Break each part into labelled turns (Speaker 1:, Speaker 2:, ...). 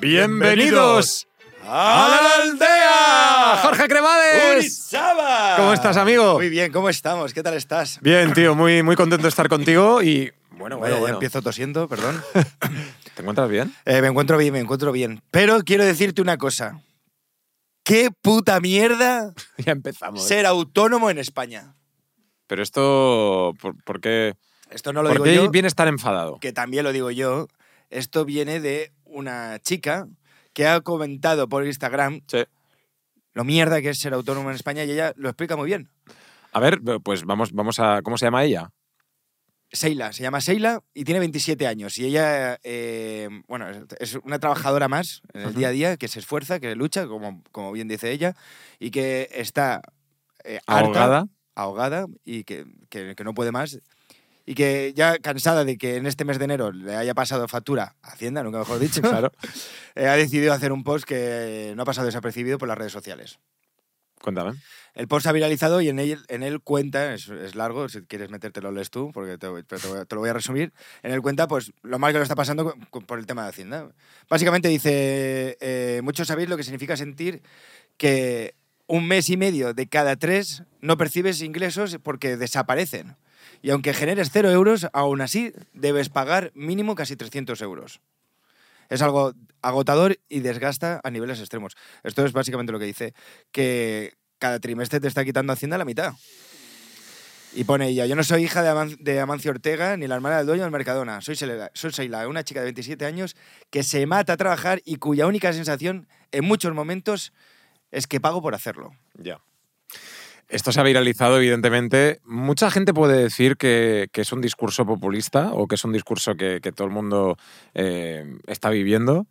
Speaker 1: Bienvenidos a la aldea. Jorge Cremades.
Speaker 2: Urizaba.
Speaker 1: ¿Cómo estás, amigo?
Speaker 2: Muy bien, ¿cómo estamos? ¿Qué tal estás?
Speaker 1: Bien, tío, muy, muy contento de estar contigo y bueno,
Speaker 2: Vaya,
Speaker 1: bueno,
Speaker 2: ya
Speaker 1: bueno.
Speaker 2: empiezo tosiendo, perdón.
Speaker 1: ¿Te encuentras bien?
Speaker 2: Eh, me encuentro bien, me encuentro bien. Pero quiero decirte una cosa. ¿Qué puta mierda
Speaker 1: ya empezamos.
Speaker 2: ser autónomo en España?
Speaker 1: Pero esto, ¿por, por qué,
Speaker 2: Esto no lo
Speaker 1: por
Speaker 2: digo
Speaker 1: qué
Speaker 2: yo,
Speaker 1: vienes tan enfadado?
Speaker 2: que también lo digo yo. Esto viene de una chica que ha comentado por Instagram
Speaker 1: Sí.
Speaker 2: lo mierda que es ser autónomo en España y ella lo explica muy bien.
Speaker 1: A ver, pues vamos, vamos a. ¿Cómo se llama ella?
Speaker 2: Seila, se llama Seila y tiene 27 años. Y ella, eh, bueno, es una trabajadora más en el
Speaker 1: Ujú.
Speaker 2: día a día, que se esfuerza, que lucha, como, como bien dice ella, y que está eh, harta,
Speaker 1: Ahogada.
Speaker 2: ahogada y que, que- que no puede más. Y que ya cansada de que en este mes de enero le haya pasado factura a Hacienda, nunca mejor dicho,
Speaker 1: Claro.
Speaker 2: eh, ha decidido hacer un post que no ha pasado desapercibido por las redes sociales.
Speaker 1: Cuéntame.
Speaker 2: El post se ha viralizado y en él, en él cuenta, es, es largo, si quieres meterte lo lees tú, porque te, pero te voy a- te lo voy a resumir. En él cuenta pues, lo mal que lo está pasando cu- cu- por el tema de Hacienda. Básicamente dice, eh, muchos sabéis lo que significa sentir que un mes y medio de cada tres no percibes ingresos porque desaparecen. Y aunque generes cero euros, aún así debes pagar mínimo casi 300 euros. Es algo agotador y desgasta a niveles extremos. Esto es básicamente lo que dice, que cada trimestre te está quitando Hacienda la mitad. Y pone ella, yo no soy hija de, Aman- de Amancio Ortega ni la hermana del dueño del Mercadona. Soy Seila, soy Seila, una chica de 27 años que se mata a trabajar y cuya única sensación en muchos momentos es que pago por hacerlo.
Speaker 1: Ya. Esto se ha viralizado, evidentemente. Mucha gente puede decir que, que es un discurso populista o que es un discurso que, que todo el mundo eh, está viviendo,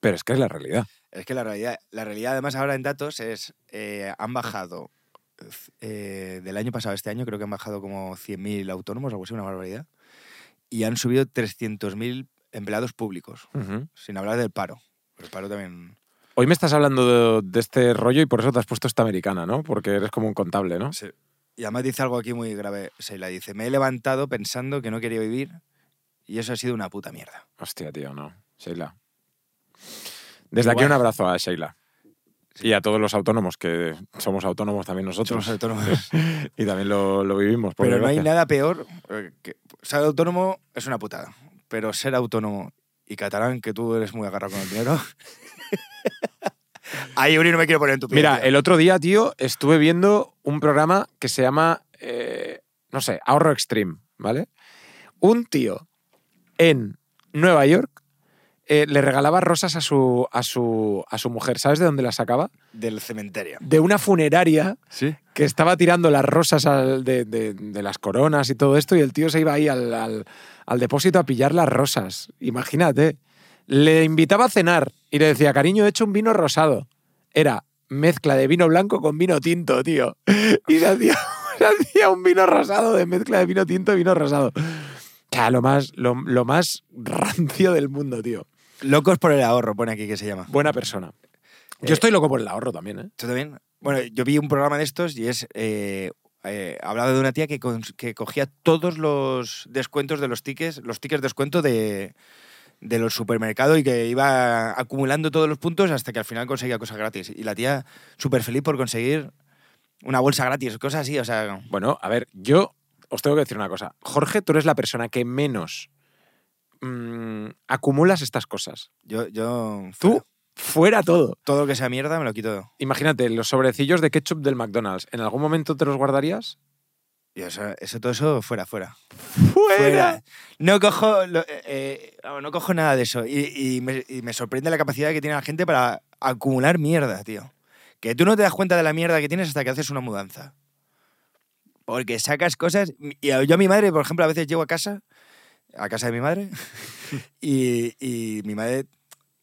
Speaker 1: pero es que es la realidad.
Speaker 2: Es que la realidad, la realidad además ahora en datos es, eh, han bajado, eh, del año pasado a este año creo que han bajado como 100.000 autónomos, algo así, una barbaridad, y han subido 300.000 empleados públicos, sin hablar del paro. El paro también...
Speaker 1: Hoy me estás hablando de, de este rollo y por eso te has puesto esta americana, ¿no? Porque eres como un contable, ¿no?
Speaker 2: Sí. Y además dice algo aquí muy grave. Seila dice, me he levantado pensando que no quería vivir y eso ha sido una puta mierda.
Speaker 1: Hostia, tío, no. Sheila. Desde aquí
Speaker 2: Guau.
Speaker 1: un abrazo a Sheila. Y a todos los autónomos, que somos autónomos también nosotros.
Speaker 2: Somos autónomos.
Speaker 1: Y también lo, lo vivimos. por
Speaker 2: pero no hay
Speaker 1: desgracia.
Speaker 2: nada peor. eh, Que, ser autónomo es una putada, pero ser autónomo y catalán, que tú eres muy agarrado con el dinero... Ahí, Uri, no me quiero poner en tu piel.
Speaker 1: Mira,
Speaker 2: tío.
Speaker 1: el otro día, tío, estuve viendo un programa que se llama, eh, no sé, Ahorro Extreme, ¿vale? Un tío en Nueva York eh, le regalaba rosas a su, a, su, a su mujer. ¿Sabes de dónde las sacaba?
Speaker 2: Del cementerio.
Speaker 1: De una funeraria
Speaker 2: Sí.
Speaker 1: que estaba tirando las rosas al- de, de- de las coronas y todo esto, y el tío se iba ahí al, al- al depósito a pillar las rosas. Imagínate. Le invitaba a cenar y le decía, cariño, he hecho un vino rosado. Era mezcla de vino blanco con vino tinto, tío. Y se hacía, se hacía un vino rosado de mezcla de vino tinto y vino rosado. O sea, lo más, lo, lo más rancio del mundo, tío.
Speaker 2: Locos por el ahorro, pone aquí que se llama.
Speaker 1: Buena persona.
Speaker 2: Eh,
Speaker 1: Yo estoy loco por el ahorro también, ¿eh?
Speaker 2: ¿Tú también? Bueno, yo vi un programa de estos y es. Eh, eh, hablaba de una tía que, cons- que cogía todos los descuentos de los tickets, los tickets descuento de, de los supermercados y que iba acumulando todos los puntos hasta que al final conseguía cosas gratis. Y la tía súper feliz por conseguir una bolsa gratis, cosas así, o sea.
Speaker 1: Bueno, a ver, yo os tengo que decir una cosa. Jorge, tú eres la persona que menos mm, acumulas estas cosas.
Speaker 2: Yo. yo
Speaker 1: Tú, fuera todo.
Speaker 2: Todo lo que sea mierda me lo quito.
Speaker 1: Imagínate, los sobrecillos de ketchup del McDonald's, ¿en algún momento te los guardarías?
Speaker 2: Y eso, eso, todo eso, fuera, fuera.
Speaker 1: ¡Fuera!
Speaker 2: fuera. No cojo, lo- eh, eh, vamos, no cojo nada de eso. Y, y me, y me sorprende la capacidad que tiene la gente para acumular mierda, tío. Que tú no te das cuenta de la mierda que tienes hasta que haces una mudanza. Porque sacas cosas. Y a- yo a mi madre, por ejemplo, a veces llego a casa, a casa de mi madre, y, y mi madre.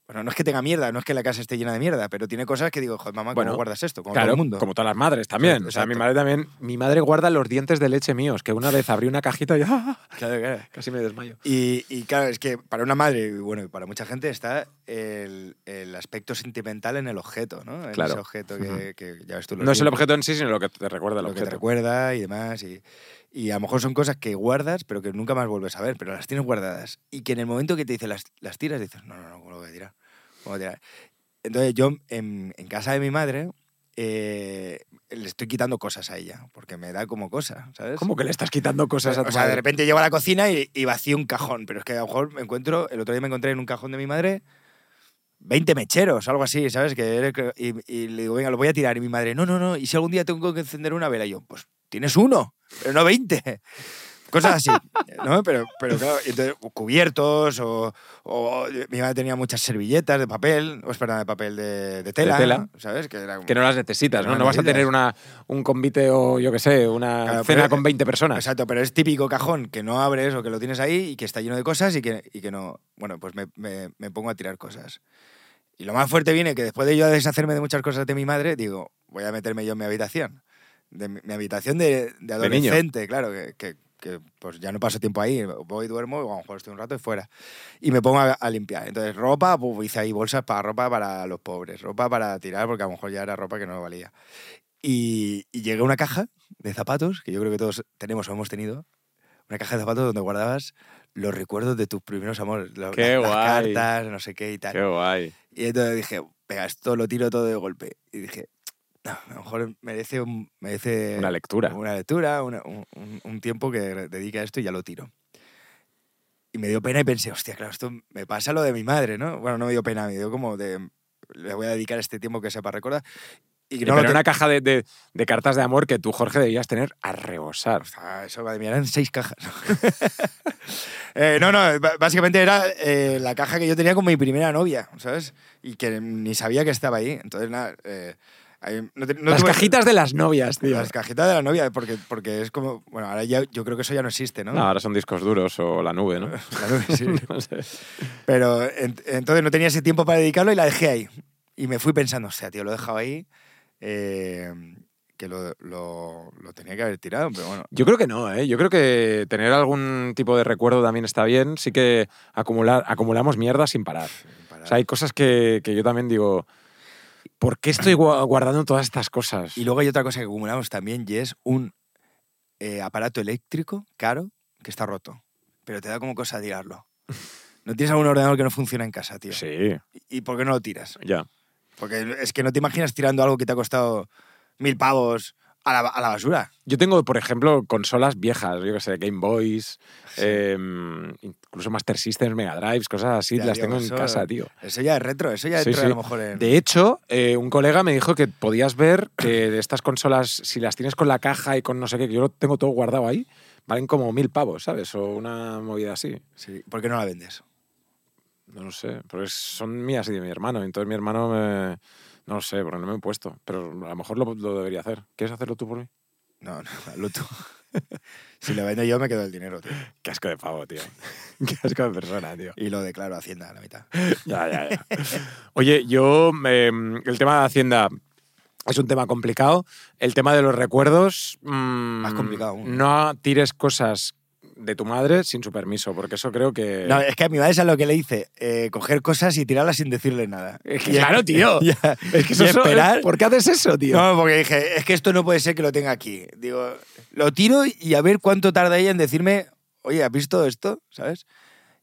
Speaker 2: Bueno, no es que tenga mierda, no es que la casa esté llena de mierda, pero tiene cosas que digo, joder, mamá, ¿cómo
Speaker 1: Bueno,
Speaker 2: guardas esto? Como todo
Speaker 1: Claro,
Speaker 2: el mundo.
Speaker 1: como todas las madres también.
Speaker 2: Exacto,
Speaker 1: o sea, mi
Speaker 2: exacto.
Speaker 1: madre también. Mi madre guarda los dientes de leche míos, que una vez abrí una cajita y ¡ah!
Speaker 2: Claro, claro.
Speaker 1: casi me desmayo.
Speaker 2: Y, y claro, es que para una madre, y bueno, y para mucha gente está el, el aspecto sentimental en el objeto, ¿no? En
Speaker 1: Claro.
Speaker 2: ese objeto que,
Speaker 1: Ujú.
Speaker 2: que ya ves tú. los
Speaker 1: No es el
Speaker 2: dientes,
Speaker 1: objeto en sí, sino lo que te recuerda el
Speaker 2: Lo que te
Speaker 1: objeto.
Speaker 2: recuerda y demás. Y, y a lo mejor son cosas que guardas, pero que nunca más vuelves a ver, pero las tienes guardadas. Y que en el momento que te dice las, las tiras, dices, no, no, no, ¿cómo lo voy a tirar? como tirar. Entonces yo en, en casa de mi madre eh, le estoy quitando cosas a ella, porque me da como cosa, ¿sabes?
Speaker 1: ¿Cómo que le estás quitando cosas a tu
Speaker 2: Eh, o sea, de
Speaker 1: madre?
Speaker 2: repente llego a la cocina y, y vacío un cajón, pero es que a lo mejor me encuentro, el otro día me encontré en un cajón de mi madre 20 mecheros, algo así, ¿sabes? Que era- que- y, y le digo, venga, lo voy a tirar. Y mi madre, no, no, no, y si algún día tengo que encender una vela, y yo, pues tienes uno, pero no 20. Cosas así, ¿no? Pero, pero claro, y entonces, o cubiertos o, o- Mi madre tenía muchas servilletas de papel, o perdón, de papel de, de tela,
Speaker 1: tela.
Speaker 2: ¿sabes? Que era como-
Speaker 1: Que no las necesitas,
Speaker 2: Que
Speaker 1: ¿no?
Speaker 2: no
Speaker 1: No vas a
Speaker 2: necesitas.
Speaker 1: tener una, un convite o, yo qué sé, una
Speaker 2: Claro,
Speaker 1: cena
Speaker 2: pero- eh,
Speaker 1: con 20 personas.
Speaker 2: Exacto, pero es típico cajón que no abres o que lo tienes ahí y que está lleno de cosas y que, y que no. Bueno, pues me, me- me pongo a tirar cosas. Y lo más fuerte viene que después de yo deshacerme de muchas cosas de mi madre, digo, voy a meterme yo en mi habitación. De mi, mi habitación
Speaker 1: De
Speaker 2: de, de
Speaker 1: niño.
Speaker 2: adolescente, claro, que, que- que, pues ya no paso tiempo ahí. Voy, duermo, o a lo mejor estoy un rato y fuera. Y me pongo a, a limpiar. Entonces, ropa, pues, hice ahí bolsas para ropa para los pobres, ropa para tirar, porque a lo mejor ya era ropa que no valía. Y, y llegué a una caja de zapatos, que yo creo que todos tenemos o hemos tenido, una caja de zapatos donde guardabas los recuerdos de tus primeros amores, la-
Speaker 1: ¡Qué
Speaker 2: la- las
Speaker 1: guay!
Speaker 2: cartas, no sé qué y tal.
Speaker 1: guay.
Speaker 2: Y entonces dije, venga, esto lo tiro todo de golpe. Y dije, "No, a lo mejor merece, un- merece
Speaker 1: Una lectura.
Speaker 2: una lectura, una- un, un- un tiempo que dedique a esto y ya lo tiro. Y me dio pena y pensé, hostia, claro, esto me pasa lo de mi madre, ¿no? Bueno, no me dio pena, me dio como de, le voy a dedicar este tiempo que sea para recordar. Y
Speaker 1: Y
Speaker 2: no lo
Speaker 1: pero
Speaker 2: te-
Speaker 1: una caja de, de- de cartas de amor que tú, Jorge, debías tener a rebosar.
Speaker 2: Ah, eso, madre mía, eran seis cajas. Eh, no, no, b- básicamente era eh, la caja que yo tenía con mi primera novia, ¿sabes? Y que ni sabía que estaba ahí. Entonces, nada, eh, ahí no te- no
Speaker 1: las
Speaker 2: tuve-
Speaker 1: cajitas de las novias, tío.
Speaker 2: Las cajitas de la novia, porque, porque es como... Bueno, ahora ya, yo creo que eso ya no existe, ¿no?
Speaker 1: No, ahora son discos duros o la nube, ¿no?
Speaker 2: La novia, sí.
Speaker 1: No sé.
Speaker 2: Pero en- entonces no tenía ese tiempo para dedicarlo y la dejé ahí. Y me fui pensando, hostia, tío, lo he dejado ahí, eh, que lo, lo- lo tenía que haber tirado, pero bueno.
Speaker 1: Yo creo que no, ¿eh? Yo creo que tener algún tipo de recuerdo también está bien. Sí que acumular, acumulamos mierda sin parar. O sea, hay cosas que, que yo también digo, ¿por qué estoy gua- guardando todas estas cosas?
Speaker 2: Y luego hay otra cosa que acumulamos también y es un eh, aparato eléctrico caro que está roto. Pero te da como cosa tirarlo. ¿No tienes algún ordenador que no funciona en casa, tío?
Speaker 1: Sí,
Speaker 2: ¿Y por qué no lo tiras?
Speaker 1: ya.
Speaker 2: Porque es que no te imaginas tirando algo que te ha costado mil pavos a la, a la basura.
Speaker 1: Yo tengo, por ejemplo, consolas viejas, yo qué sé, Game Boys, em, incluso Master Systems, Mega Drives, cosas así,
Speaker 2: Ya,
Speaker 1: las
Speaker 2: tío,
Speaker 1: tengo en
Speaker 2: eso-
Speaker 1: casa, tío.
Speaker 2: Eso ya es retro, eso ya
Speaker 1: Sí,
Speaker 2: entra
Speaker 1: sí.
Speaker 2: a lo mejor en...
Speaker 1: De hecho, eh, un colega me dijo que podías ver que de estas consolas, si las tienes con la caja y con no sé qué, que yo lo tengo todo guardado ahí, valen como mil pavos, ¿sabes? O una movida así.
Speaker 2: Sí, ¿Por qué no la vendes?
Speaker 1: No lo sé, porque son mías y de mi hermano. Entonces mi hermano me... No lo sé, porque no me he puesto. Pero a lo mejor lo, lo debería hacer. ¿Quieres hacerlo tú por mí?
Speaker 2: No, no, lo tú. si la vendo yo me quedo el dinero, tío.
Speaker 1: Qué asco de pavo, tío. Qué asco de persona, tío.
Speaker 2: Y lo declaro a Hacienda a la mitad.
Speaker 1: Eh. Ya, ya, ya. Oye, yo... eh, el tema de Hacienda... Es un tema complicado. El tema de los recuerdos... mm,
Speaker 2: Más complicado aún.
Speaker 1: No tires cosas de tu madre sin su permiso, porque eso creo que...
Speaker 2: No, es que a mi madre es lo que le hice, eh, coger cosas y tirarlas sin decirle nada.
Speaker 1: Es que Eh, claro, tío.
Speaker 2: Ya.
Speaker 1: es que eso
Speaker 2: y
Speaker 1: es-
Speaker 2: esperar.
Speaker 1: ¿Por qué haces eso, tío?
Speaker 2: No, porque dije, es que esto no puede ser que lo tenga aquí. Digo, lo tiro y a ver cuánto tarda ella en decirme, oye, ¿has visto esto? ¿Sabes?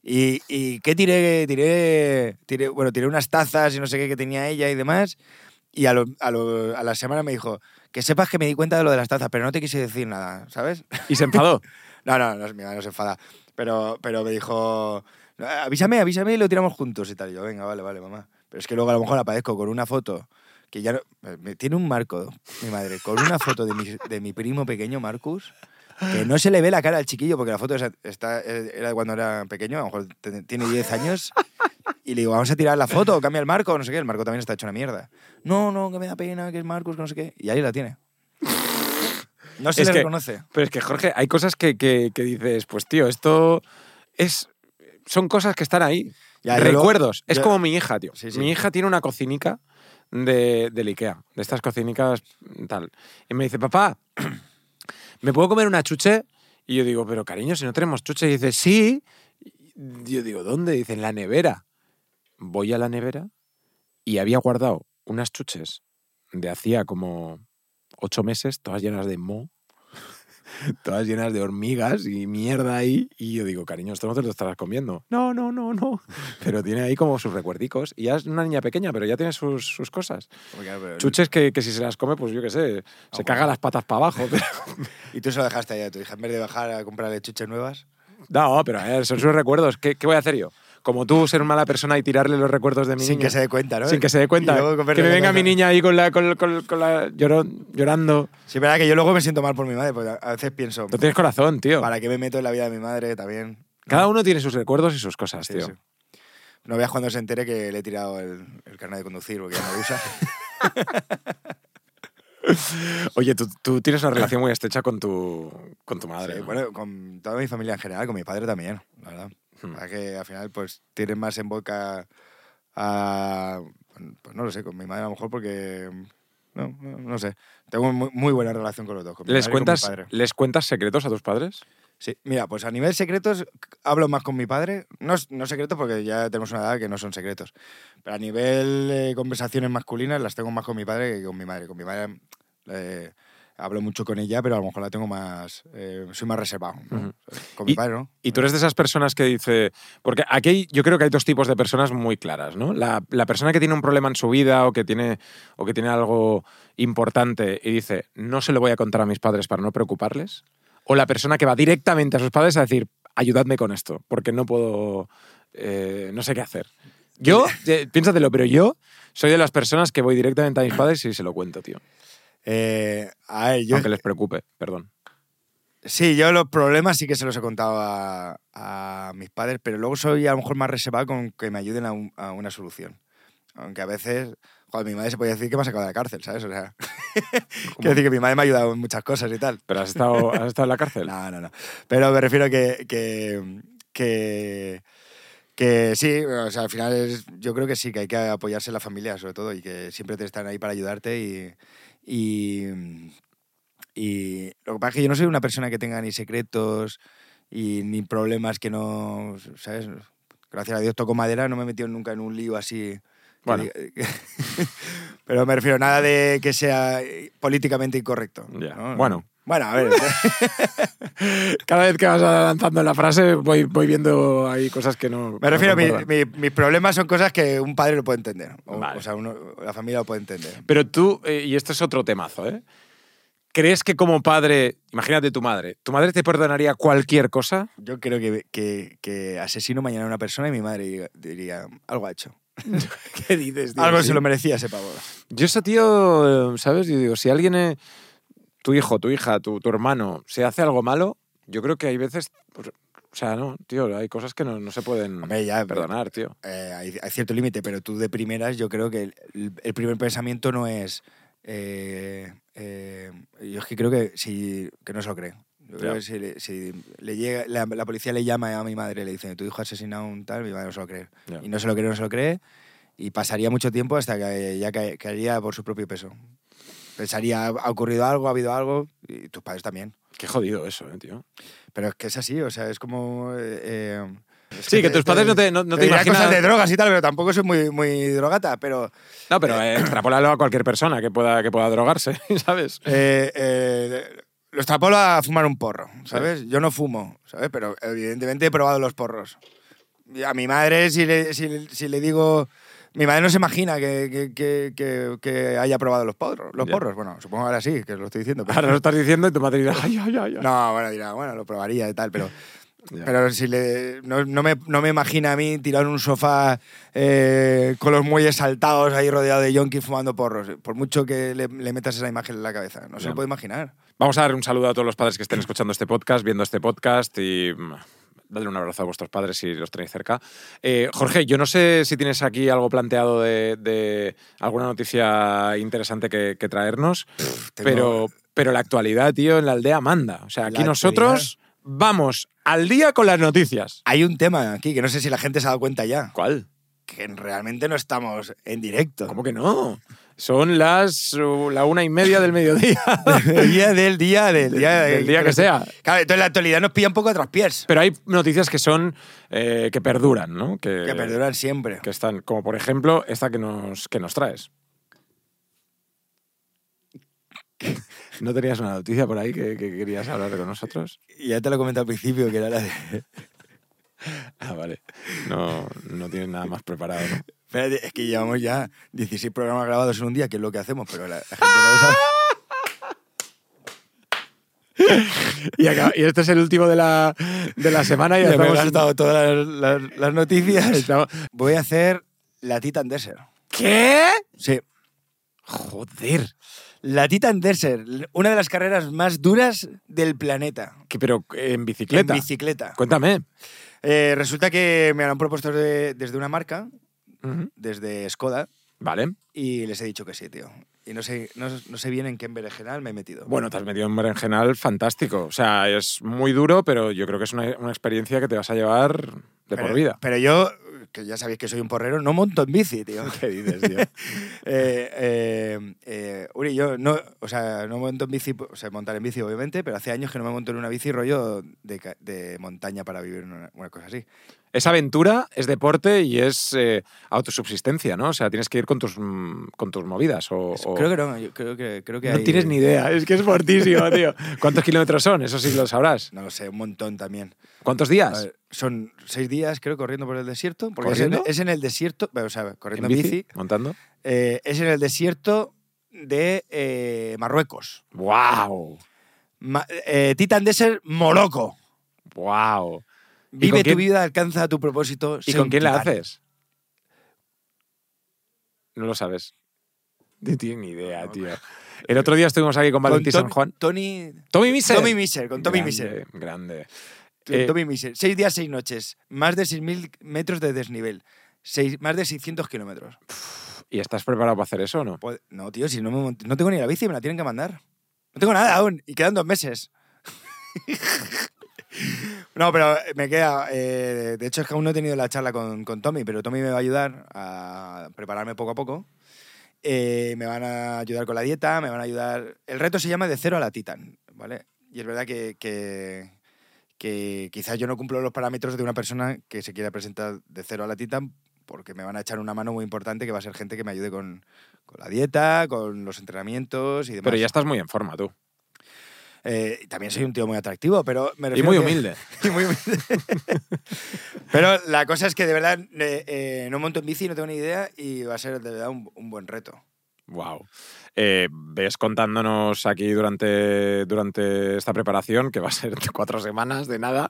Speaker 2: Y, y qué tiré, tiré, tiré, bueno, tiré unas tazas y no sé qué que tenía ella y demás. Y a, lo- a lo- a la semana me dijo, que sepas que me di cuenta de lo de las tazas, pero no te quise decir nada, ¿sabes?
Speaker 1: Y se enfadó.
Speaker 2: No, no, no, mi madre no se enfada. Pero, pero me dijo, "No, avísame, avísame y lo tiramos juntos y tal. Y yo, venga, vale, vale, mamá. Pero es que luego a lo mejor aparezco con una foto que ya no- me- me tiene un marco, mi madre, con una foto de mi, de mi primo pequeño, Marcus, que no se le ve la cara al chiquillo porque la foto esa- está, eh, era de cuando era pequeño, a lo mejor te- tiene 10 años. Y le digo, vamos a tirar la foto, cambia el marco, no sé qué. El marco también está hecho una mierda. No, no, que me da pena, que es Marcus, que no sé qué. Y ahí la tiene. No se
Speaker 1: Es
Speaker 2: le
Speaker 1: que-
Speaker 2: reconoce.
Speaker 1: Pero es que, Jorge, hay cosas que, que- que dices, pues tío, esto es. Son cosas que están ahí.
Speaker 2: Ya, yo
Speaker 1: Recuerdos.
Speaker 2: lo-
Speaker 1: es
Speaker 2: yo-
Speaker 1: como mi hija, tío.
Speaker 2: Sí, sí.
Speaker 1: Mi hija tiene una cocinica de, del IKEA, de estas cocinicas tal. Y me dice, papá, ¿me puedo comer una chuche? Y yo digo, pero cariño, si no tenemos chuche. Y dice, sí. Y yo digo, ¿dónde? Dice, en la nevera. Voy a la nevera y había guardado unas chuches de hacía como ocho meses, todas llenas de mo. todas llenas de hormigas y mierda ahí. Y yo digo, cariño, esto no te lo estarás comiendo. No, no, no, no. Pero tiene ahí como sus recuerdicos. Y ya es una niña pequeña, pero ya tiene sus, sus cosas.
Speaker 2: Porque, claro, pero-
Speaker 1: Chuches que, que si se las come, pues yo qué sé, se
Speaker 2: Ah, bueno.
Speaker 1: caga las patas para abajo. pero-
Speaker 2: Y tú se lo dejaste ahí a tu hija en vez de bajar a comprarle chuches nuevas.
Speaker 1: No, pero a ver, son sus recuerdos. ¿Qué, qué voy a hacer yo? Como tú, ser mala persona y tirarle los recuerdos de mi
Speaker 2: Sin
Speaker 1: niña.
Speaker 2: que se dé cuenta, ¿no?
Speaker 1: Sin que se dé
Speaker 2: Y
Speaker 1: cuenta.
Speaker 2: luego
Speaker 1: Que
Speaker 2: comprarle
Speaker 1: me venga
Speaker 2: cosas.
Speaker 1: mi niña ahí con la, con, con- con la lloro- llorando.
Speaker 2: Sí, es verdad que yo luego me siento mal por mi madre, porque a veces pienso,
Speaker 1: No tienes corazón, tío.
Speaker 2: ¿para qué me meto en la vida de mi madre también?
Speaker 1: Cada uno tiene sus recuerdos y sus cosas,
Speaker 2: Sí,
Speaker 1: tío.
Speaker 2: sí. No veas cuando se entere que le he tirado el, el carnet de conducir, porque ya no lo usa.
Speaker 1: Oye, tú, tú tienes una relación muy estrecha con tu, con tu madre.
Speaker 2: Sí,
Speaker 1: ¿no?
Speaker 2: Bueno, con toda mi familia en general, con mi padre también, la verdad.
Speaker 1: Hmm.
Speaker 2: La verdad que al final pues tienen más en boca a... Pues no lo sé, con mi madre a lo mejor porque... No, no, no sé. Tengo muy, muy buena relación con los dos. Con mi
Speaker 1: ¿Les,
Speaker 2: madre y con mi
Speaker 1: cuentas,
Speaker 2: padre.
Speaker 1: ¿Les cuentas secretos a tus padres?
Speaker 2: Sí, mira, pues a nivel secretos hablo más con mi padre. No, s- no secretos porque ya tenemos una edad que no son secretos. Pero a nivel eh, conversaciones masculinas las tengo más con mi padre que con mi madre. Con mi madre eh, hablo mucho con ella, pero a lo mejor la tengo más... eh, soy más reservado. ¿no?
Speaker 1: Ujú.
Speaker 2: Con mi padre, ¿no?
Speaker 1: Y tú eres de esas personas que dice. Porque aquí hay- yo creo que hay dos tipos de personas muy claras, ¿no? La, la persona que tiene un problema en su vida o que, tiene, o que tiene algo importante y dice, no se lo voy a contar a mis padres para no preocuparles. O la persona que va directamente a sus padres a decir, ayudadme con esto, porque no puedo. eh, no sé qué hacer. Yo, eh, piénsatelo, pero yo soy de las personas que voy directamente a mis padres y se lo cuento, tío.
Speaker 2: Eh, a ver, yo,
Speaker 1: Aunque les preocupe, perdón.
Speaker 2: sí, yo los problemas sí que se los he contado a, a mis padres, pero luego soy a lo mejor más reservado con que me ayuden a, un- a una solución. Aunque a veces, joder, mi madre se podía decir que me ha sacado de la cárcel, ¿sabes? O sea, quiero decir que mi madre me ha ayudado en muchas cosas y tal.
Speaker 1: Pero has estado, has estado en la cárcel.
Speaker 2: No, no, no. Pero me refiero que, que, que, que sí, o sea, al final es- yo creo que sí, que hay que apoyarse en la familia sobre todo y que siempre te están ahí para ayudarte y... y y lo que pasa es que yo no soy una persona que tenga ni secretos y ni problemas que no, ¿sabes? Gracias a Dios toco madera, no me he metido nunca en un lío así. que
Speaker 1: Bueno.
Speaker 2: diga- pero me refiero nada de que sea eh, políticamente incorrecto.
Speaker 1: Ya.
Speaker 2: ¿no?
Speaker 1: Bueno.
Speaker 2: Bueno, a ver.
Speaker 1: Cada vez que vas avanzando en la frase, voy, voy viendo ahí cosas que no.
Speaker 2: Me refiero,
Speaker 1: no
Speaker 2: mi-
Speaker 1: concuerdan.
Speaker 2: mi- mis problemas son cosas que un padre lo puede entender. O,
Speaker 1: Vale.
Speaker 2: o sea, uno- la familia lo puede entender.
Speaker 1: Pero tú, eh, y esto es otro temazo, ¿eh? ¿Crees que como padre, imagínate tu madre, tu madre te perdonaría cualquier cosa?
Speaker 2: Yo creo que, que- que asesino mañana a una persona y mi madre diga- diría, algo ha hecho.
Speaker 1: ¿Qué dices,
Speaker 2: algo
Speaker 1: Sí.
Speaker 2: se lo merecía ese pavo.
Speaker 1: Yo eso, tío, eh, ¿sabes? Yo digo, si alguien, eh, tu hijo, tu hija, tu, tu hermano, se hace algo malo, yo creo que hay veces, pues, o sea, no, tío, hay cosas que no, no se pueden
Speaker 2: Hombre, ya,
Speaker 1: perdonar, tío.
Speaker 2: eh, hay, hay cierto límite, pero tú de primeras yo creo que el, el primer pensamiento no es... eh, eh, yo es que creo que, si, que no se lo cree. Yo creo
Speaker 1: Ya.
Speaker 2: que si, le- si le llega, la, la policía le llama a mi madre y le dice, tu hijo ha asesinado a un tal, mi madre no se lo cree.
Speaker 1: Ya.
Speaker 2: Y no se lo cree, no se lo cree. Y pasaría mucho tiempo hasta que ya cae- caería por su propio peso. Pensaría, ha ocurrido algo, ha habido algo, y tus padres también.
Speaker 1: Qué jodido eso, eh, tío.
Speaker 2: Pero es que es así, o sea, es como... eh, eh, es
Speaker 1: Sí, que tus padres no te- no- no te
Speaker 2: dirán
Speaker 1: imaginan-
Speaker 2: cosas de drogas y tal, pero tampoco soy muy, muy drogata, pero...
Speaker 1: No, pero eh, extrapólalo a cualquier persona que pueda, que pueda drogarse, ¿sabes?
Speaker 2: Eh, eh, lo extrapolo a fumar un porro, ¿sabes?
Speaker 1: Eh.
Speaker 2: Yo no fumo, ¿sabes? Pero evidentemente he probado los porros. Y a mi madre, si le, si- si le digo... Mi madre no se imagina que, que- que- que- que haya probado los porros. Los
Speaker 1: Ya.
Speaker 2: porros, bueno, supongo ahora sí, que lo estoy diciendo. pero-
Speaker 1: Ahora lo estás diciendo y tu madre dirá, ay, ay, ay. ay".
Speaker 2: No, bueno, dirá, bueno, lo probaría y tal, pero...
Speaker 1: Ya.
Speaker 2: Pero si le, no, no me, no me imagina a mí tirado en un sofá eh, con los muelles saltados ahí rodeado de yonkis fumando porros. Por mucho que le, le metas esa imagen en la cabeza. No se
Speaker 1: Ya.
Speaker 2: lo puede imaginar.
Speaker 1: Vamos a dar un saludo a todos los padres que estén escuchando este podcast, viendo este podcast y mm, dadle un abrazo a vuestros padres si los tenéis cerca. Eh, Jorge, yo no sé si tienes aquí algo planteado de, de alguna noticia interesante que, que traernos,
Speaker 2: tengo-
Speaker 1: pero, pero la actualidad, tío, en la aldea manda. O sea, aquí
Speaker 2: La
Speaker 1: nosotros vamos al día con las noticias.
Speaker 2: Hay un tema aquí que no sé si la gente se ha dado cuenta ya.
Speaker 1: ¿Cuál?
Speaker 2: Que realmente no estamos en directo.
Speaker 1: ¿Cómo que no? Son las uh, la una y media del mediodía.
Speaker 2: El día del día del día, de-
Speaker 1: del día que sea.
Speaker 2: Claro, entonces la actualidad nos pilla un poco a traspiés.
Speaker 1: Pero hay noticias que son eh, que perduran, ¿no? Que,
Speaker 2: Que perduran siempre.
Speaker 1: Eh. que están, como por ejemplo esta que nos, que nos traes. ¿No tenías una noticia por ahí que, que querías hablar con nosotros?
Speaker 2: Y ya te lo comenté al principio, que era la de...
Speaker 1: Ah, vale. No, no tienes nada más preparado, ¿no?
Speaker 2: Espérate, es que llevamos ya 16 programas grabados en un día, que es lo que hacemos, pero la, la gente no lo sabe.
Speaker 1: Y, acá- y este es el último de la, de la semana y
Speaker 2: Ya me he
Speaker 1: estamos-
Speaker 2: gastado todas las, las- las noticias.
Speaker 1: estamos-
Speaker 2: Voy a hacer la Titan Desert.
Speaker 1: ¿Qué?
Speaker 2: Sí.
Speaker 1: Joder.
Speaker 2: La Titan Desert, una de las carreras más duras del planeta.
Speaker 1: Que- Pero en bicicleta.
Speaker 2: En bicicleta.
Speaker 1: Cuéntame.
Speaker 2: Eh, resulta que me lo han propuesto de- desde una marca,
Speaker 1: Ujú.
Speaker 2: desde Skoda,
Speaker 1: Vale.
Speaker 2: y les he dicho que sí, tío. Y no sé, no, no sé bien en qué berenjenal me he metido.
Speaker 1: Bueno, te has metido en un berenjenal fantástico. O sea, es muy duro, pero yo creo que es una, una experiencia que te vas a llevar de por
Speaker 2: Pero-
Speaker 1: vida.
Speaker 2: Pero yo, que ya sabéis que soy un porrero, no monto en bici, tío.
Speaker 1: ¿Qué dices, tío?
Speaker 2: Eh, eh, eh, Uri, yo no, o sea, no monto en bici, o sea, montar en bici obviamente, pero hace años que no me monto en una bici rollo de, ca- de montaña para vivir una, una cosa así.
Speaker 1: es aventura, es deporte y es eh, autosubsistencia, ¿no? O sea, tienes que ir con tus, mm, con tus movidas. O, o-
Speaker 2: Creo que no, yo creo que, creo que
Speaker 1: no
Speaker 2: hay-
Speaker 1: tienes ni idea. Es que es fortísimo, tío. ¿Cuántos kilómetros son? Eso sí lo sabrás.
Speaker 2: No lo sé, un montón también.
Speaker 1: ¿Cuántos
Speaker 2: A
Speaker 1: días?
Speaker 2: ver, son seis días, creo, corriendo por el desierto. Porque es en,
Speaker 1: ¿Corriendo?
Speaker 2: es en el desierto, o sea, corriendo en bici.
Speaker 1: ¿Montando?
Speaker 2: eh, es en el desierto de eh, Marruecos.
Speaker 1: ¡Wow!
Speaker 2: Ma- eh, Titan Desert, Morocco.
Speaker 1: ¡Wow! ¿Y con
Speaker 2: Vive tu
Speaker 1: quién-
Speaker 2: vida, alcanza tu propósito.
Speaker 1: ¿Y
Speaker 2: sé
Speaker 1: con
Speaker 2: un
Speaker 1: quién la
Speaker 2: titán.
Speaker 1: haces? No lo sabes. No tienes ni idea,
Speaker 2: No,
Speaker 1: tío. El otro día estuvimos aquí con
Speaker 2: Con
Speaker 1: Valentín San
Speaker 2: Tom-
Speaker 1: Juan.
Speaker 2: Tony.
Speaker 1: Tommy Miser.
Speaker 2: Tommy Miser, con Tommy
Speaker 1: Grande,
Speaker 2: Miser.
Speaker 1: Grande.
Speaker 2: Con
Speaker 1: Eh,
Speaker 2: Tommy Miser. Seis días, seis noches. Más de 6.000 metros de desnivel. Seis, más de 600 kilómetros.
Speaker 1: Eh, ¿Y estás preparado para hacer eso o no?
Speaker 2: Pues- No, tío, si no, me mont- no tengo ni la bici, me la tienen que mandar. No tengo nada aún y quedan dos meses. no, pero me queda. eh, de hecho, es que aún no he tenido la charla con, con Tommy, pero Tommy me va a ayudar a prepararme poco a poco. Eh, me van a ayudar con la dieta, me van a ayudar. El reto se llama De Cero a la Titan, ¿vale? Y es verdad que. que que quizás yo no cumplo los parámetros de una persona que se quiera presentar de cero a la Titan porque me van a echar una mano muy importante que va a ser gente que me ayude con, con la dieta, con los entrenamientos y demás.
Speaker 1: Pero ya estás muy en forma tú.
Speaker 2: Eh, también soy un tío muy atractivo, pero me
Speaker 1: Y
Speaker 2: refiero
Speaker 1: muy
Speaker 2: que-
Speaker 1: humilde.
Speaker 2: y muy humilde. pero la cosa es que de verdad eh, eh, no monto en bici, no tengo ni idea y va a ser de verdad un, un buen reto.
Speaker 1: Wow. Eh, ves contándonos aquí durante, durante esta preparación, que va a ser cuatro semanas de nada,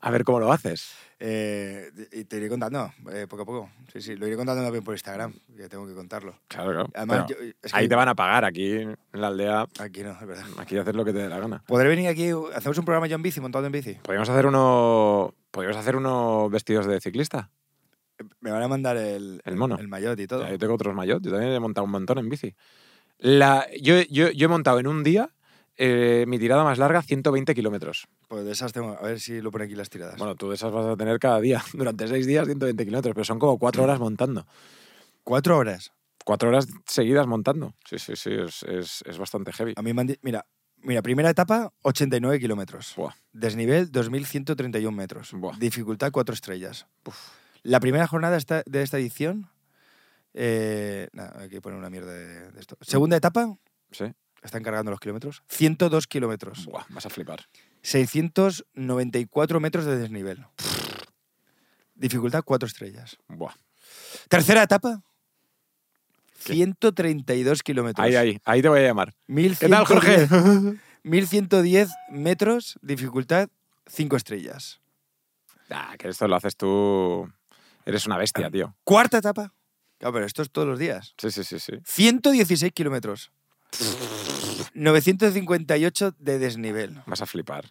Speaker 1: a ver cómo lo haces.
Speaker 2: Eh, y te iré contando eh, poco a poco. Sí, sí, lo iré contando también por Instagram, que tengo que contarlo.
Speaker 1: Claro, claro.
Speaker 2: Además,
Speaker 1: Pero
Speaker 2: yo- es que
Speaker 1: ahí te van a pagar, aquí en la aldea,
Speaker 2: Aquí no, es verdad.
Speaker 1: aquí haces lo que te dé la gana.
Speaker 2: Podré venir aquí, hacemos un programa yo en bici, montado en bici.
Speaker 1: Podríamos hacer uno, podríamos hacer uno vestidos de ciclista.
Speaker 2: Me van a mandar el,
Speaker 1: El mono.
Speaker 2: el maillot y
Speaker 1: O
Speaker 2: todo.
Speaker 1: sea, yo tengo otros mayots, yo también he montado un montón en bici. La, yo, yo- yo he montado en un día eh, mi tirada más larga 120 kilómetros.
Speaker 2: Pues de esas tengo, a ver si lo pone aquí las tiradas.
Speaker 1: Bueno, tú de esas vas a tener cada día, durante seis días 120 kilómetros, pero son como cuatro horas montando.
Speaker 2: Cuatro horas.
Speaker 1: cuatro horas seguidas montando. Sí, sí, sí, es, es- es bastante heavy.
Speaker 2: A mí me han di- mira, mira, primera etapa, 89 kilómetros.
Speaker 1: Buah.
Speaker 2: Desnivel, 2.131 metros.
Speaker 1: Buah.
Speaker 2: Dificultad, 4 estrellas. La primera jornada esta- de esta edición... eh, nada, aquí pone una mierda de, de esto. Segunda etapa,
Speaker 1: Sí.
Speaker 2: están cargando los kilómetros. 102 kilómetros.
Speaker 1: Buah, vas a flipar.
Speaker 2: 694 metros de desnivel. Dificultad, 4 estrellas.
Speaker 1: Buah.
Speaker 2: Tercera etapa,
Speaker 1: ¿Qué?
Speaker 2: 132 kilómetros.
Speaker 1: Ahí, ahí, ahí te voy a llamar.
Speaker 2: 1110
Speaker 1: ¿Qué tal, Jorge?
Speaker 2: 1110 metros, dificultad 5 estrellas.
Speaker 1: Ah, que esto lo haces tú. Eres una bestia, tío.
Speaker 2: Cuarta etapa. Claro, pero esto es todos los días.
Speaker 1: Sí, sí, sí, sí.
Speaker 2: 116 kilómetros. 958 de desnivel.
Speaker 1: Vas a flipar.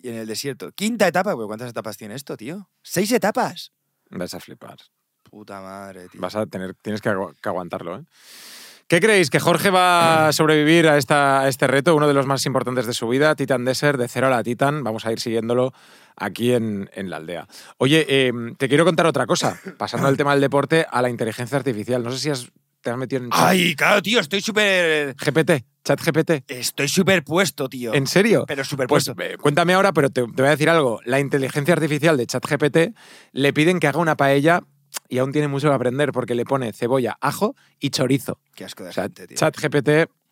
Speaker 2: Y en el desierto. Quinta etapa, güey. ¿Cuántas etapas tiene esto, tío? ¿Seis etapas?
Speaker 1: Vas a flipar.
Speaker 2: Puta madre, tío.
Speaker 1: Vas a tener, tienes que, agu- que aguantarlo, ¿eh? ¿Qué creéis? ¿Que Jorge va a sobrevivir a, esta, a este reto? Uno de los más importantes de su vida, Titan Desert, de cero a la Titan. Vamos a ir siguiéndolo aquí en, en la aldea. Oye, eh, te quiero contar otra cosa. Pasando del tema del deporte a la inteligencia artificial. No sé si has- te has metido en...
Speaker 2: Ay, claro, tío. Estoy súper...
Speaker 1: GPT, chat GPT.
Speaker 2: Estoy súper puesto, tío.
Speaker 1: ¿En serio?
Speaker 2: Pero súper
Speaker 1: Pues
Speaker 2: puesto.
Speaker 1: eh, cuéntame ahora, pero te, te voy a decir algo. La inteligencia artificial de ChatGPT le piden que haga una paella y aún tiene mucho que aprender porque le pone cebolla, ajo y chorizo.
Speaker 2: Qué asco de
Speaker 1: O sea,
Speaker 2: gente, tío.
Speaker 1: ChatGPT,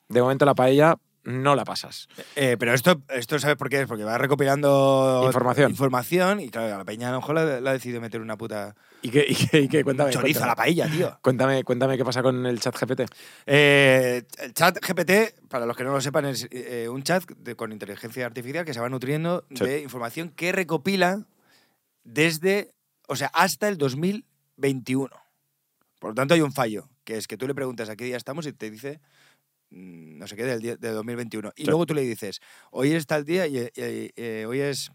Speaker 1: de momento la paella no la pasas.
Speaker 2: Eh, pero esto, esto, ¿sabes por qué es? Porque va recopilando
Speaker 1: Información.
Speaker 2: información y claro, a la peña a lo mejor la, la ha decidido meter una puta
Speaker 1: ¿Y qué, y qué- y qué? Cuéntame.
Speaker 2: chorizo a
Speaker 1: cuéntame.
Speaker 2: la paella, tío.
Speaker 1: Cuéntame, cuéntame qué pasa con el chat GPT.
Speaker 2: Eh, el chat GPT, para los que no lo sepan, es eh, un chat de- con inteligencia artificial que se va nutriendo
Speaker 1: Sí.
Speaker 2: de información que recopila desde, o sea, hasta el 2021. Por lo tanto, hay un fallo, que es que tú le preguntas a qué día estamos y te dice mm, no sé qué del día- de 2021. Y
Speaker 1: Sí.
Speaker 2: luego tú le dices, hoy es tal día y, eh, eh, eh, hoy es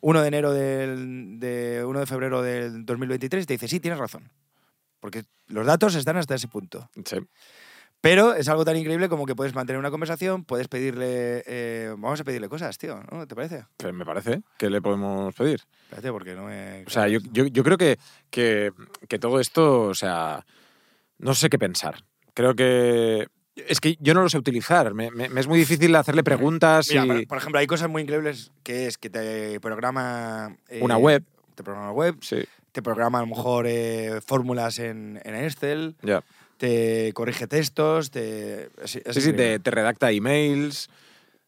Speaker 2: 1 de enero del, de 1 de febrero del 2023 y te dice, sí, tienes razón. Porque los datos están hasta ese punto.
Speaker 1: Sí.
Speaker 2: Pero es algo tan increíble como que puedes mantener una conversación, puedes pedirle. eh, vamos a pedirle cosas, tío, ¿no? ¿Te parece?
Speaker 1: Pues me parece. ¿Qué le podemos pedir?
Speaker 2: Espérate, porque no me.
Speaker 1: O sea, yo, yo- yo creo que, que, que todo esto, o sea, no sé qué pensar. Creo que... Es que yo no lo sé utilizar. Me, me- me es muy difícil hacerle preguntas
Speaker 2: Mira,
Speaker 1: y...
Speaker 2: por, por ejemplo, hay cosas muy increíbles que es que te programa. eh,
Speaker 1: Una web.
Speaker 2: Te programa una web,
Speaker 1: Sí,
Speaker 2: te programa a lo mejor eh, fórmulas en, en Excel,
Speaker 1: ya.
Speaker 2: te corrige textos, te. es- es
Speaker 1: Sí, sí,
Speaker 2: increíble.
Speaker 1: te, te redacta emails,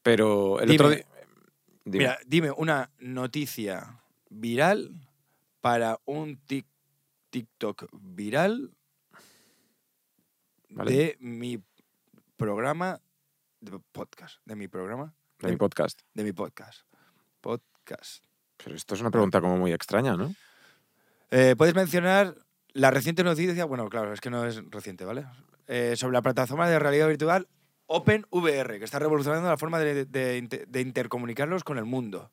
Speaker 1: pero el
Speaker 2: Dime.
Speaker 1: otro día... Dime.
Speaker 2: Mira, dime una noticia viral para un tic- TikTok viral
Speaker 1: Vale.
Speaker 2: de mi programa de podcast, de mi programa,
Speaker 1: de mi podcast.
Speaker 2: de mi podcast. Podcast.
Speaker 1: Pero esto es una pregunta como muy extraña, ¿no?
Speaker 2: Eh, ¿Puedes mencionar la reciente noticia? Bueno, claro, es que no es reciente, ¿vale? Eh, sobre la plataforma de realidad virtual OpenVR, que está revolucionando la forma de- de inter- de intercomunicarlos con el mundo.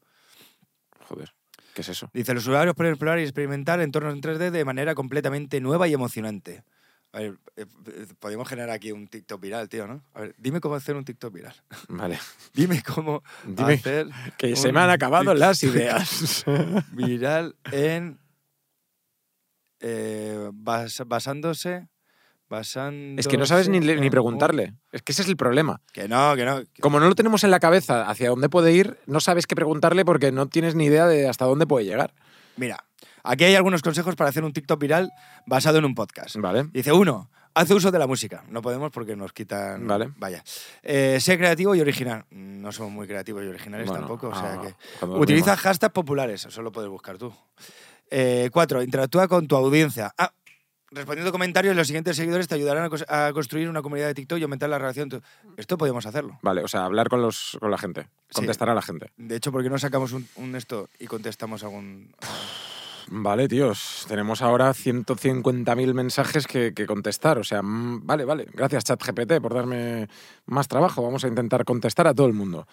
Speaker 1: Joder, ¿qué es eso?
Speaker 2: Dice, los usuarios pueden explorar y experimentar entornos en 3D de manera completamente nueva y emocionante. A ver, eh, eh, podemos generar aquí un TikTok viral, tío, ¿no? A ver, dime cómo hacer un TikTok viral.
Speaker 1: Vale.
Speaker 2: Dime cómo
Speaker 1: Dime
Speaker 2: hacer
Speaker 1: Que
Speaker 2: un
Speaker 1: se me han acabado
Speaker 2: TikTok
Speaker 1: las ideas.
Speaker 2: viral en... eh, bas- basándose... Basando
Speaker 1: es que no sabes ni, le-
Speaker 2: eh,
Speaker 1: ni preguntarle. Es que ese es el problema.
Speaker 2: Que no, que no. que-
Speaker 1: Como no lo tenemos en la cabeza hacia dónde puede ir, no sabes qué preguntarle porque no tienes ni idea de hasta dónde puede llegar.
Speaker 2: Mira, aquí hay algunos consejos para hacer un TikTok viral basado en un podcast.
Speaker 1: Vale.
Speaker 2: Dice uno, hace uso de la música. No podemos porque nos quitan.
Speaker 1: Vale.
Speaker 2: Vaya. Eh, sé creativo y original. No somos muy creativos y originales
Speaker 1: Bueno,
Speaker 2: tampoco. O
Speaker 1: ah,
Speaker 2: sea que.
Speaker 1: cuando dormimos.
Speaker 2: Utiliza hashtags populares. Eso lo puedes buscar tú. Eh, cuatro, interactúa con tu audiencia. Ah, respondiendo comentarios, los siguientes seguidores te ayudarán a, cos- a construir una comunidad de TikTok y aumentar la relación. tu- Esto podemos hacerlo.
Speaker 1: Vale, o sea, hablar con, los, con la gente. Contestar a la gente.
Speaker 2: De hecho, ¿por qué no sacamos un, un esto y contestamos algún.
Speaker 1: Vale, tíos. Tenemos ahora 150.000 mensajes que, que contestar. O sea, mm, vale, vale. Gracias, ChatGPT, por darme más trabajo. Vamos a intentar contestar a todo el mundo.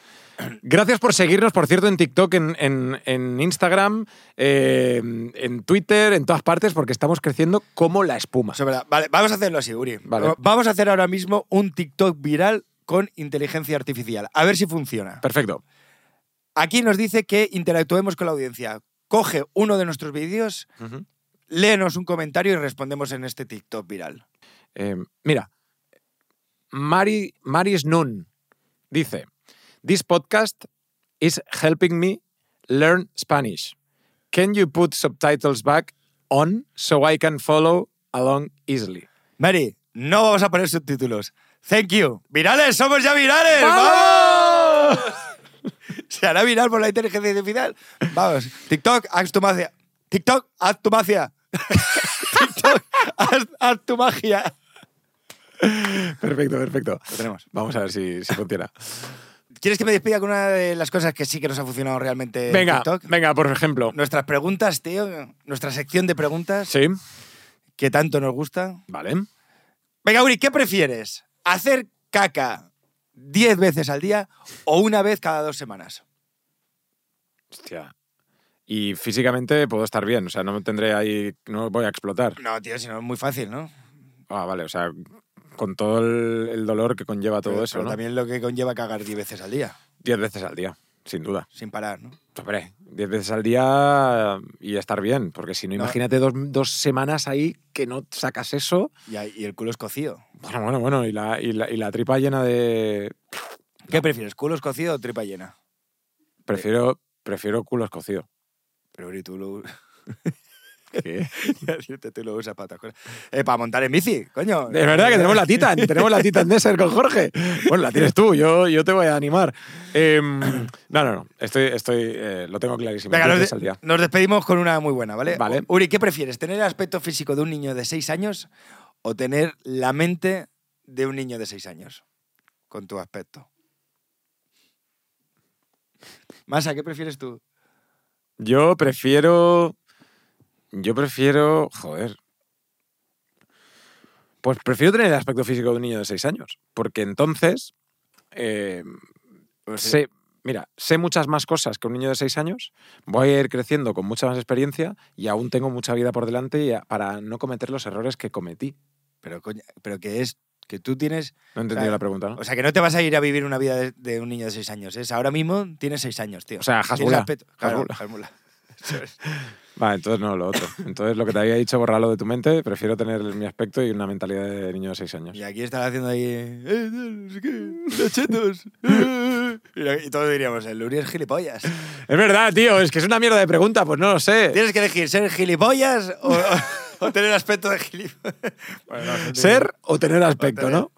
Speaker 1: Gracias por seguirnos, por cierto, en TikTok, en, en- en Instagram, eh, en Twitter, en todas partes, porque estamos creciendo como la espuma.
Speaker 2: Eso es verdad. Vale, vamos a hacerlo así, Uri.
Speaker 1: Vale.
Speaker 2: Vamos a hacer ahora mismo un TikTok viral con inteligencia artificial. A ver si funciona.
Speaker 1: Perfecto.
Speaker 2: Aquí nos dice que interactuemos con la audiencia. Coge uno de nuestros vídeos,
Speaker 1: Ujú.
Speaker 2: léenos un comentario y respondemos en este TikTok viral.
Speaker 1: Eh, mira, Mari, Mari Snun dice, This podcast is helping me learn Spanish. Can you put subtitles back on so I can follow along easily?
Speaker 2: Mary, no vamos a poner subtítulos. Thank you. ¡Virales! ¡Somos ya virales!
Speaker 1: ¡Vamos!
Speaker 2: ¿Se hará viral por la inteligencia artificial? Vamos. TikTok, haz tu magia. TikTok, haz tu magia. TikTok, haz, haz tu magia.
Speaker 1: Perfecto, perfecto.
Speaker 2: Lo tenemos.
Speaker 1: Vamos a ver si, si funciona.
Speaker 2: ¿Quieres que me despida con una de las cosas que sí que nos ha funcionado realmente en
Speaker 1: Venga,
Speaker 2: TikTok?
Speaker 1: venga, por ejemplo.
Speaker 2: Nuestras preguntas, tío. Nuestra sección de preguntas
Speaker 1: Sí,
Speaker 2: que tanto nos gusta.
Speaker 1: vale.
Speaker 2: Venga, Uri, ¿qué prefieres? ¿Hacer caca 10 veces al día o una vez cada dos semanas?
Speaker 1: Hostia. Y físicamente puedo estar bien, o sea, no me tendré ahí, no voy a explotar.
Speaker 2: No, tío, si no es muy fácil, ¿no?
Speaker 1: Ah, vale, o sea, con todo el, el dolor que conlleva todo
Speaker 2: Pero-
Speaker 1: eso,
Speaker 2: pero
Speaker 1: ¿no?
Speaker 2: también lo que conlleva cagar 10 veces al día,
Speaker 1: Diez veces al día, sin duda.
Speaker 2: sin parar, ¿no?
Speaker 1: Hombre, diez veces al día y estar bien, porque si no,
Speaker 2: No.
Speaker 1: imagínate dos, dos semanas ahí que no sacas eso.
Speaker 2: Y, ahí- y el culo escocido.
Speaker 1: Bueno, bueno, bueno, y la, y la, y la tripa llena de...
Speaker 2: ¿Qué prefieres, culo escocido o tripa llena?
Speaker 1: Prefiero, prefiero culo escocido.
Speaker 2: Pero Uri, tú lo...
Speaker 1: ¿Qué?
Speaker 2: Y así te- tú lo usas para otras cosas. Eh, para montar en bici, coño.
Speaker 1: De verdad que tenemos la Titan, tenemos la Titan Desert con Jorge. Bueno, la tienes tú, yo, yo te voy a animar. Em, no, no, no, estoy, estoy, eh, lo tengo clarísimo.
Speaker 2: Venga, nos,
Speaker 1: Dientes
Speaker 2: de-
Speaker 1: al día.
Speaker 2: nos despedimos con una muy buena, ¿vale?
Speaker 1: Vale.
Speaker 2: Uri, ¿qué prefieres? ¿Tener el aspecto físico de un niño de 6 años o tener la mente de un niño de 6 años con tu aspecto? Masa, ¿qué prefieres tú?
Speaker 1: Yo prefiero. Yo prefiero. Joder. Pues prefiero tener el aspecto físico de un niño de 6 años. Porque entonces. eh, sé, mira, sé muchas más cosas que un niño de 6 años. Voy a ir creciendo con mucha más experiencia y aún tengo mucha vida por delante y a- para no cometer los errores que cometí.
Speaker 2: Pero, coña, pero que es que tú tienes...
Speaker 1: No he entendido
Speaker 2: Claro.
Speaker 1: la pregunta, ¿no?
Speaker 2: O sea, que no te vas a ir a vivir una vida de, de un niño de 6 años. Es Ahora mismo tienes 6 años, tío.
Speaker 1: O sea,
Speaker 2: Tienes
Speaker 1: Hasbula.
Speaker 2: aspecto- claro,
Speaker 1: Hasbula.
Speaker 2: Hasbula. Eso es.
Speaker 1: Vale, entonces no, lo otro. Entonces lo que te había dicho, borrarlo de tu mente. Prefiero tener mi aspecto y una mentalidad de niño de 6 años.
Speaker 2: Y aquí estará haciendo ahí. "Eh, no sé qué, los chetos, eh". Y la- Y todos diríamos, el Uri es gilipollas.
Speaker 1: Es verdad, tío, es que es una mierda de pregunta, pues no lo sé.
Speaker 2: Tienes que elegir ser gilipollas o, o- o tener aspecto de gilipollas. Bueno, no, gente-
Speaker 1: Ser o tener aspecto, ¿no?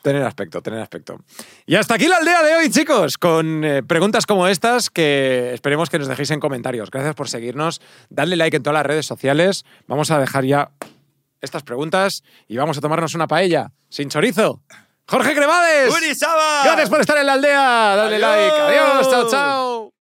Speaker 1: Tener aspecto, tener aspecto. Y hasta aquí la aldea de hoy, chicos, con eh, preguntas como estas que esperemos que nos dejéis en comentarios. Gracias por seguirnos, dadle like en todas las redes sociales. Vamos a dejar ya estas preguntas y vamos a tomarnos una paella sin chorizo. Jorge Cremades.
Speaker 2: ¡Uri Saba!
Speaker 1: Gracias por estar en la aldea. Dale
Speaker 2: Adiós.
Speaker 1: like. Adiós. Chao, chao.